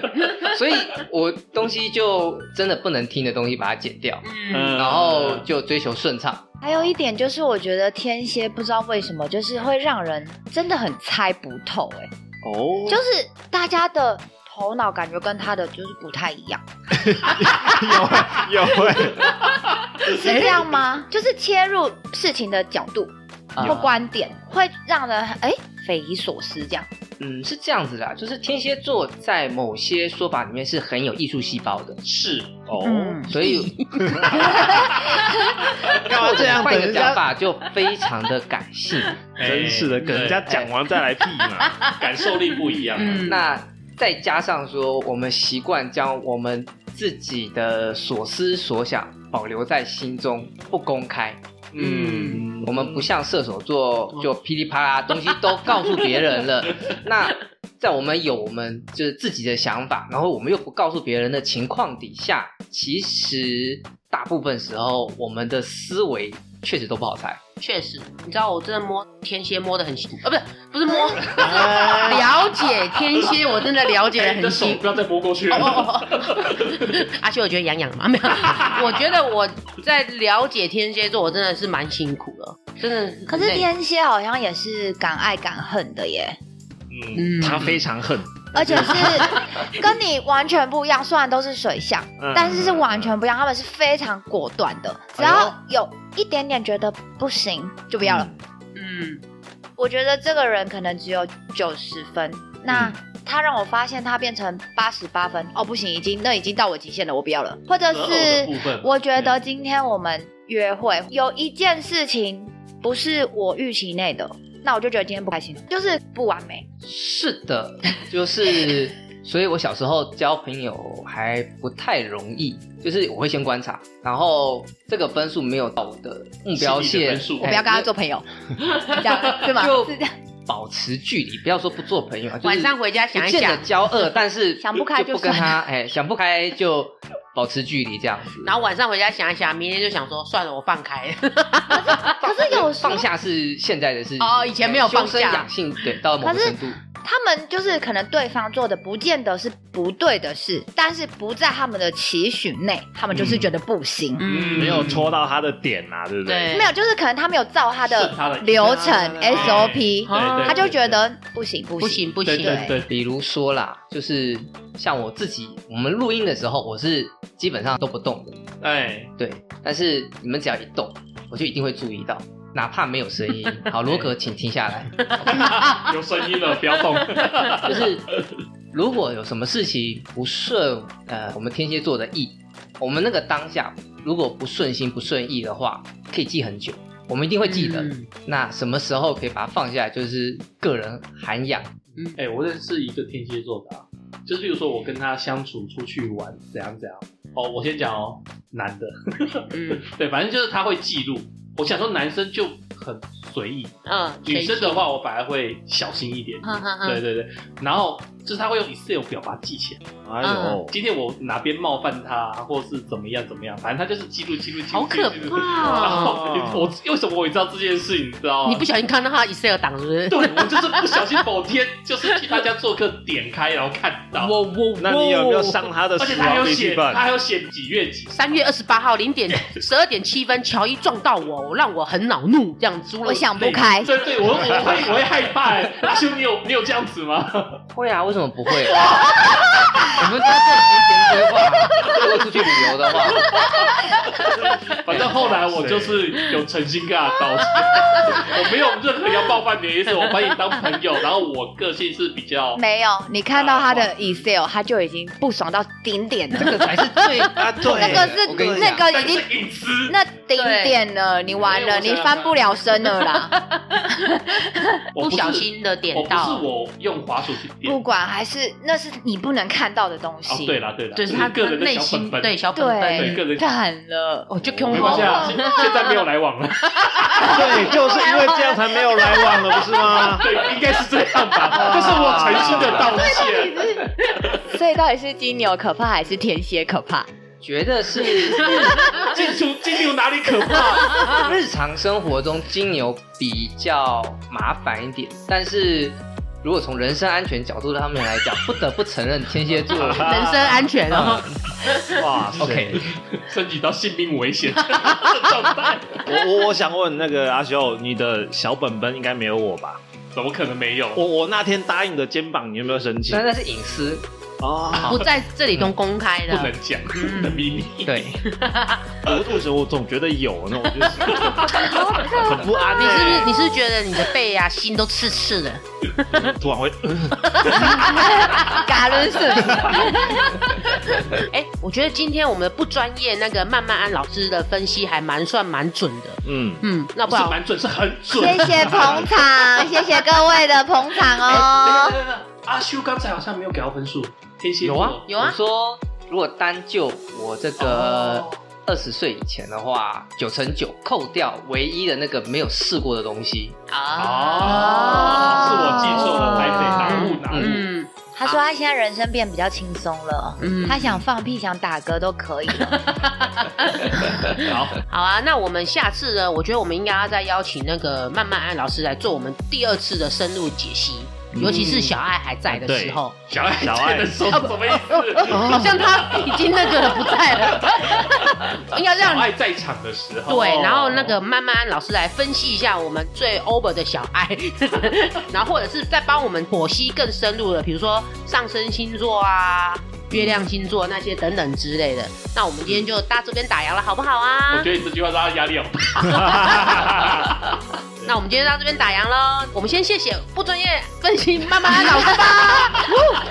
[SPEAKER 6] 所以我东西就真的不能听的东西把它剪掉，
[SPEAKER 1] 嗯
[SPEAKER 6] 然后就追求顺畅。
[SPEAKER 4] 还有一点就是，我觉得天蝎不知道为什么，就是会让人真的很猜不透、欸，
[SPEAKER 5] 哦，
[SPEAKER 4] 就是大家的头脑感觉跟他的就是不太一样，
[SPEAKER 5] 有哎有哎，
[SPEAKER 4] 是这样吗？就是切入事情的角度
[SPEAKER 6] 啊
[SPEAKER 4] 或观点，会让人哎、匪夷所思这样。
[SPEAKER 6] 嗯，是这样子啦，就是天蝎座在某些说法里面是很有艺术细胞的，
[SPEAKER 1] 是
[SPEAKER 5] 哦，
[SPEAKER 4] 嗯，
[SPEAKER 6] 所以
[SPEAKER 5] 干嘛啊这样？
[SPEAKER 6] 换
[SPEAKER 5] 等
[SPEAKER 6] 一个
[SPEAKER 5] 人
[SPEAKER 6] 讲
[SPEAKER 5] 家
[SPEAKER 6] 法就非常的感性。
[SPEAKER 5] 真是的，
[SPEAKER 1] 哎
[SPEAKER 5] 跟人家讲完再来屁嘛。
[SPEAKER 1] 对感受力不一样。啊哎
[SPEAKER 4] 嗯
[SPEAKER 6] 那再加上说，我们习惯将我们自己的所思所想保留在心中，不公开。
[SPEAKER 1] 嗯，
[SPEAKER 6] 我们不像射手座就噼里啪啦东西都告诉别人了。那在我们有我们就是自己的想法，然后我们又不告诉别人的情况底下，其实大部分时候我们的思维确实都不好猜。
[SPEAKER 3] 确实，你知道我真的摸天蝎摸的很辛苦，啊，不是不是摸，
[SPEAKER 5] 哎
[SPEAKER 3] 了解天蝎，我真的了解的
[SPEAKER 1] 哎你的
[SPEAKER 3] 很
[SPEAKER 1] 手
[SPEAKER 3] 辛苦。
[SPEAKER 1] 不要再拨过去
[SPEAKER 4] 哦
[SPEAKER 1] 了。
[SPEAKER 3] 阿修，我觉得痒痒的嘛，没有。 我觉得我在了解天蝎座，我真的是蛮辛苦的，真的。
[SPEAKER 4] 可是，天蝎好像也是敢爱敢恨的耶，
[SPEAKER 1] 嗯，
[SPEAKER 3] 嗯，
[SPEAKER 5] 他非常恨，
[SPEAKER 4] 而且是跟你完全不一样。虽然都是水象，
[SPEAKER 5] 嗯
[SPEAKER 4] 但是是完全不一样，他们是非常果断的，只要有一点点觉得不行就不要了。
[SPEAKER 3] 嗯，
[SPEAKER 4] 我觉得这个人可能只有九十分，那他让我发现他变成八十八分，哦，不行，已经那已经到我极限了，我不要了。或者
[SPEAKER 1] 择偶的部
[SPEAKER 4] 是
[SPEAKER 1] 分，
[SPEAKER 4] 我觉得今天我们约会有一件事情不是我预期内的，那我就觉得今天不开心，就是不完美。
[SPEAKER 6] 是的， 就是，所以我小时候交朋友还不太容易，就是我会先观察，然后这个分数没有到我的目标
[SPEAKER 1] 心里的
[SPEAKER 6] 线哎
[SPEAKER 1] 分，数
[SPEAKER 4] 我不要跟他做朋友，这样对吗？
[SPEAKER 6] 就是
[SPEAKER 4] 这样，
[SPEAKER 6] 保持距离，不要说不做朋友啊，就是
[SPEAKER 3] 晚上回家想一
[SPEAKER 6] 不见得
[SPEAKER 3] 想，
[SPEAKER 6] 交恶，但是
[SPEAKER 4] 想不开
[SPEAKER 6] 就
[SPEAKER 4] 就
[SPEAKER 6] 不跟
[SPEAKER 4] 算
[SPEAKER 6] 他，哎，想不开就保持距离这样子。
[SPEAKER 3] 然后晚上回家想一想，明天就想说算了，我放开。
[SPEAKER 4] 可是有时候
[SPEAKER 6] 放下是现在的事情
[SPEAKER 3] 哦以前没有
[SPEAKER 6] 哎修
[SPEAKER 3] 放
[SPEAKER 6] 身
[SPEAKER 3] 下
[SPEAKER 6] 养性，对，到了某
[SPEAKER 4] 可
[SPEAKER 6] 个
[SPEAKER 4] 是
[SPEAKER 6] 程度，
[SPEAKER 4] 他们就是可能对方做的不见得是不对的事，但是不在他们的期许内，他们就是觉得不行。
[SPEAKER 1] 嗯
[SPEAKER 5] 没有戳到他的点啊，对不对？
[SPEAKER 3] 对
[SPEAKER 4] 没有，就是可能他没有照他
[SPEAKER 1] 是他的
[SPEAKER 4] 的流程
[SPEAKER 3] 对
[SPEAKER 4] SOP，
[SPEAKER 1] 对啊对对
[SPEAKER 4] 他就觉得不行不
[SPEAKER 3] 不
[SPEAKER 4] 行。
[SPEAKER 3] 行不
[SPEAKER 1] 对
[SPEAKER 3] 行，
[SPEAKER 1] 对对，
[SPEAKER 6] 比如说啦，就是像我自己，我们录音的时候，我是基本上都不动的。
[SPEAKER 1] 哎，
[SPEAKER 6] 对，但是你们只要一动，我就一定会注意到，哪怕没有声音。好，罗格，请停下来。
[SPEAKER 1] 哎有声音了，不要动。
[SPEAKER 6] 就是如果有什么事情不顺，呃，我们天蝎座的意，我们那个当下如果不顺心不顺意的话，可以记很久，我们一定会记得。
[SPEAKER 3] 嗯
[SPEAKER 6] 那什么时候可以把它放下来，就是个人涵养。
[SPEAKER 1] 哎、我认识一个天蝎座的、啊，就是比如说我跟他相处、出去玩怎样怎样。哦，我先讲哦，男的，
[SPEAKER 3] 嗯
[SPEAKER 1] 对，反正就是他会记录。我想说男生就很随意，
[SPEAKER 3] 嗯，
[SPEAKER 1] 女生的话我反而会小心一点。
[SPEAKER 3] 哼哼
[SPEAKER 1] 对
[SPEAKER 3] 哼，
[SPEAKER 1] 对对，然后就是他会用 Excel 表把它记起来。
[SPEAKER 5] 哎呦，
[SPEAKER 1] 今天我哪边冒犯他，啊或是怎么样怎么样，反正他就是记录记录记录。
[SPEAKER 3] 好可
[SPEAKER 1] 记录记录然
[SPEAKER 3] 怕哦！
[SPEAKER 1] 后我为什么我也知道这件事，你知道吗？
[SPEAKER 3] 你不小心看到他 Excel 档是不是？
[SPEAKER 1] 对，我就是不小心某天就是去他家做客，点开然后看到，
[SPEAKER 5] 那你有没有上他的啊
[SPEAKER 1] 哦而且
[SPEAKER 5] 死
[SPEAKER 1] 他还有啊
[SPEAKER 5] 亡笔记
[SPEAKER 1] 写，
[SPEAKER 5] 本
[SPEAKER 1] 他？还有写几月几。
[SPEAKER 3] 三月二十八号零点十二点七分，乔伊撞到我，让我很恼怒，这样子。
[SPEAKER 4] 我想不开，
[SPEAKER 1] 对对，我我会我会害怕、欸。阿修，你有你有这样子吗？
[SPEAKER 6] 会啊，为什么不会？我们在这提前规划，啊 如果出去旅游的话，
[SPEAKER 1] 反正后来我就是有诚心跟他道歉，我没有任何要冒犯你的意思，我把你当朋友。然后我个性是比较
[SPEAKER 4] 没有，你看到他的 Excel，他就已经不爽到顶点了。
[SPEAKER 6] 这 个才是最
[SPEAKER 5] 啊，
[SPEAKER 4] 那
[SPEAKER 5] 对
[SPEAKER 4] 个
[SPEAKER 6] 我
[SPEAKER 4] 是
[SPEAKER 6] 跟你
[SPEAKER 4] 那
[SPEAKER 6] 讲
[SPEAKER 4] 个
[SPEAKER 1] 但
[SPEAKER 4] 已经
[SPEAKER 1] 是隐私。
[SPEAKER 4] 那顶点了，你完了，
[SPEAKER 1] 对我
[SPEAKER 4] 你
[SPEAKER 1] 想
[SPEAKER 4] 翻不了身了啦。
[SPEAKER 1] 我
[SPEAKER 3] 不
[SPEAKER 1] 是
[SPEAKER 3] 小，心的
[SPEAKER 1] 我
[SPEAKER 3] 点
[SPEAKER 1] 不是
[SPEAKER 3] 到，
[SPEAKER 1] 我用滑鼠去点
[SPEAKER 4] 不。管还是那是你不能看到的东
[SPEAKER 1] 哦，
[SPEAKER 4] 西。
[SPEAKER 1] 对啦对啦，
[SPEAKER 3] 就是他
[SPEAKER 1] 个
[SPEAKER 3] 他
[SPEAKER 1] 人的
[SPEAKER 3] 内
[SPEAKER 1] 小
[SPEAKER 3] 心
[SPEAKER 1] 本本。
[SPEAKER 3] 对小本
[SPEAKER 1] 对
[SPEAKER 3] 本，
[SPEAKER 1] 个人
[SPEAKER 4] 对，干 了，
[SPEAKER 3] 我就
[SPEAKER 5] 没
[SPEAKER 1] 没
[SPEAKER 3] Q
[SPEAKER 1] 关
[SPEAKER 3] 我
[SPEAKER 1] 系啊，现现在没有来往了。
[SPEAKER 5] 对，就是因为这样才没有来往了，不是吗？
[SPEAKER 1] 对，应该是这样吧。这是我诚心的道歉。
[SPEAKER 4] 所以到底是金牛可怕还是天蝎可怕？
[SPEAKER 6] 觉得是
[SPEAKER 1] 进出金牛哪里可 怕？
[SPEAKER 6] 日常生活中金牛比较麻烦一点，但是如果从人身安全角度上面来讲，不得不承认天蝎座
[SPEAKER 3] 人身安全哦。
[SPEAKER 5] 哇塞
[SPEAKER 6] OK
[SPEAKER 1] 升级到性命危险 状态，
[SPEAKER 5] 我我我想问那个阿修，你的小本本应该没有我吧？
[SPEAKER 1] 怎么可能没有？
[SPEAKER 5] 我我那天答应你的肩膀，你有没有生气
[SPEAKER 6] 但？那是隐私，
[SPEAKER 5] 啊，
[SPEAKER 3] 不在这里都公开
[SPEAKER 1] 不能
[SPEAKER 3] 的。
[SPEAKER 1] 讲的秘密。
[SPEAKER 6] 对，
[SPEAKER 5] 我为什么我总觉得有那种就是很不安
[SPEAKER 3] 你
[SPEAKER 5] 呢？
[SPEAKER 3] 是不是你是不是觉得你的背啊心都刺刺的？
[SPEAKER 5] 欸突然会
[SPEAKER 4] 嘎伦是
[SPEAKER 3] 哎、我觉得今天我们不专业那个慢慢安老师的分析还蛮算蛮准的。
[SPEAKER 5] 嗯，
[SPEAKER 3] 嗯，那
[SPEAKER 1] 不
[SPEAKER 3] 不
[SPEAKER 1] 是
[SPEAKER 3] 然
[SPEAKER 1] 蛮准，是很准。
[SPEAKER 4] 谢谢捧场，谢谢各位的捧场
[SPEAKER 1] 哎
[SPEAKER 4] 哦。
[SPEAKER 1] 等一下等一下等一下阿修刚才好像没有给到分数，天蝎
[SPEAKER 6] 有
[SPEAKER 1] 座
[SPEAKER 6] 啊
[SPEAKER 3] 有啊
[SPEAKER 6] 我说如果单就我这个
[SPEAKER 3] 哦
[SPEAKER 6] 二十岁以前的话，九成九扣掉唯一的那个没有试过的东西，
[SPEAKER 1] 哦，是我记错了，来得哪物哪物。
[SPEAKER 3] 嗯
[SPEAKER 4] 他说他现在人生变比较轻松了，
[SPEAKER 3] 嗯，
[SPEAKER 4] 他想放屁想打嗝都可以了。
[SPEAKER 1] 好，
[SPEAKER 3] 好啊，那我们下次呢？我觉得我们应该要再邀请那个慢慢安老师来做我们第二次的深入解析，尤其是小爱还在的时候，
[SPEAKER 1] 小爱
[SPEAKER 5] 小爱
[SPEAKER 1] 的时候什么意思？
[SPEAKER 3] 好像他已经那个不在了，应该
[SPEAKER 1] 小
[SPEAKER 3] 让
[SPEAKER 1] 爱在场的时候，哦
[SPEAKER 3] 对，然后那个慢慢安老师来分析一下我们最 over 的小爱， 然后或者是再帮我们剖析更深入的，比如说上升星座啊、月亮星座那些等等之类的。那我们今天就到这边打烊了，好不好啊？
[SPEAKER 1] 我觉得你这句话让他压力哦好大。
[SPEAKER 3] 那我们今天到这边打烊喽，我们先谢谢不专业分析慢慢安老 师吧。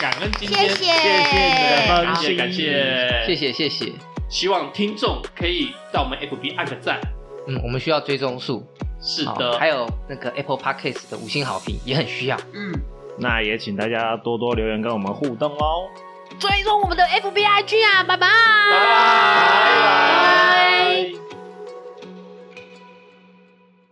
[SPEAKER 1] 感恩今
[SPEAKER 4] 谢
[SPEAKER 1] 天，
[SPEAKER 4] 谢
[SPEAKER 1] 感谢感谢，
[SPEAKER 6] 谢。谢谢谢。
[SPEAKER 1] 希望听众可以在我们 FB 按个赞。
[SPEAKER 6] 嗯，我们需要追踪数，
[SPEAKER 1] 是
[SPEAKER 6] 好
[SPEAKER 1] 的，
[SPEAKER 6] 还有那个 Apple Podcast 的五星好评也很需要。
[SPEAKER 3] 嗯，
[SPEAKER 5] 那也请大家多多留言跟我们互动哦。
[SPEAKER 3] 追踪我们的 FBIG 啊，拜拜。
[SPEAKER 1] 拜拜。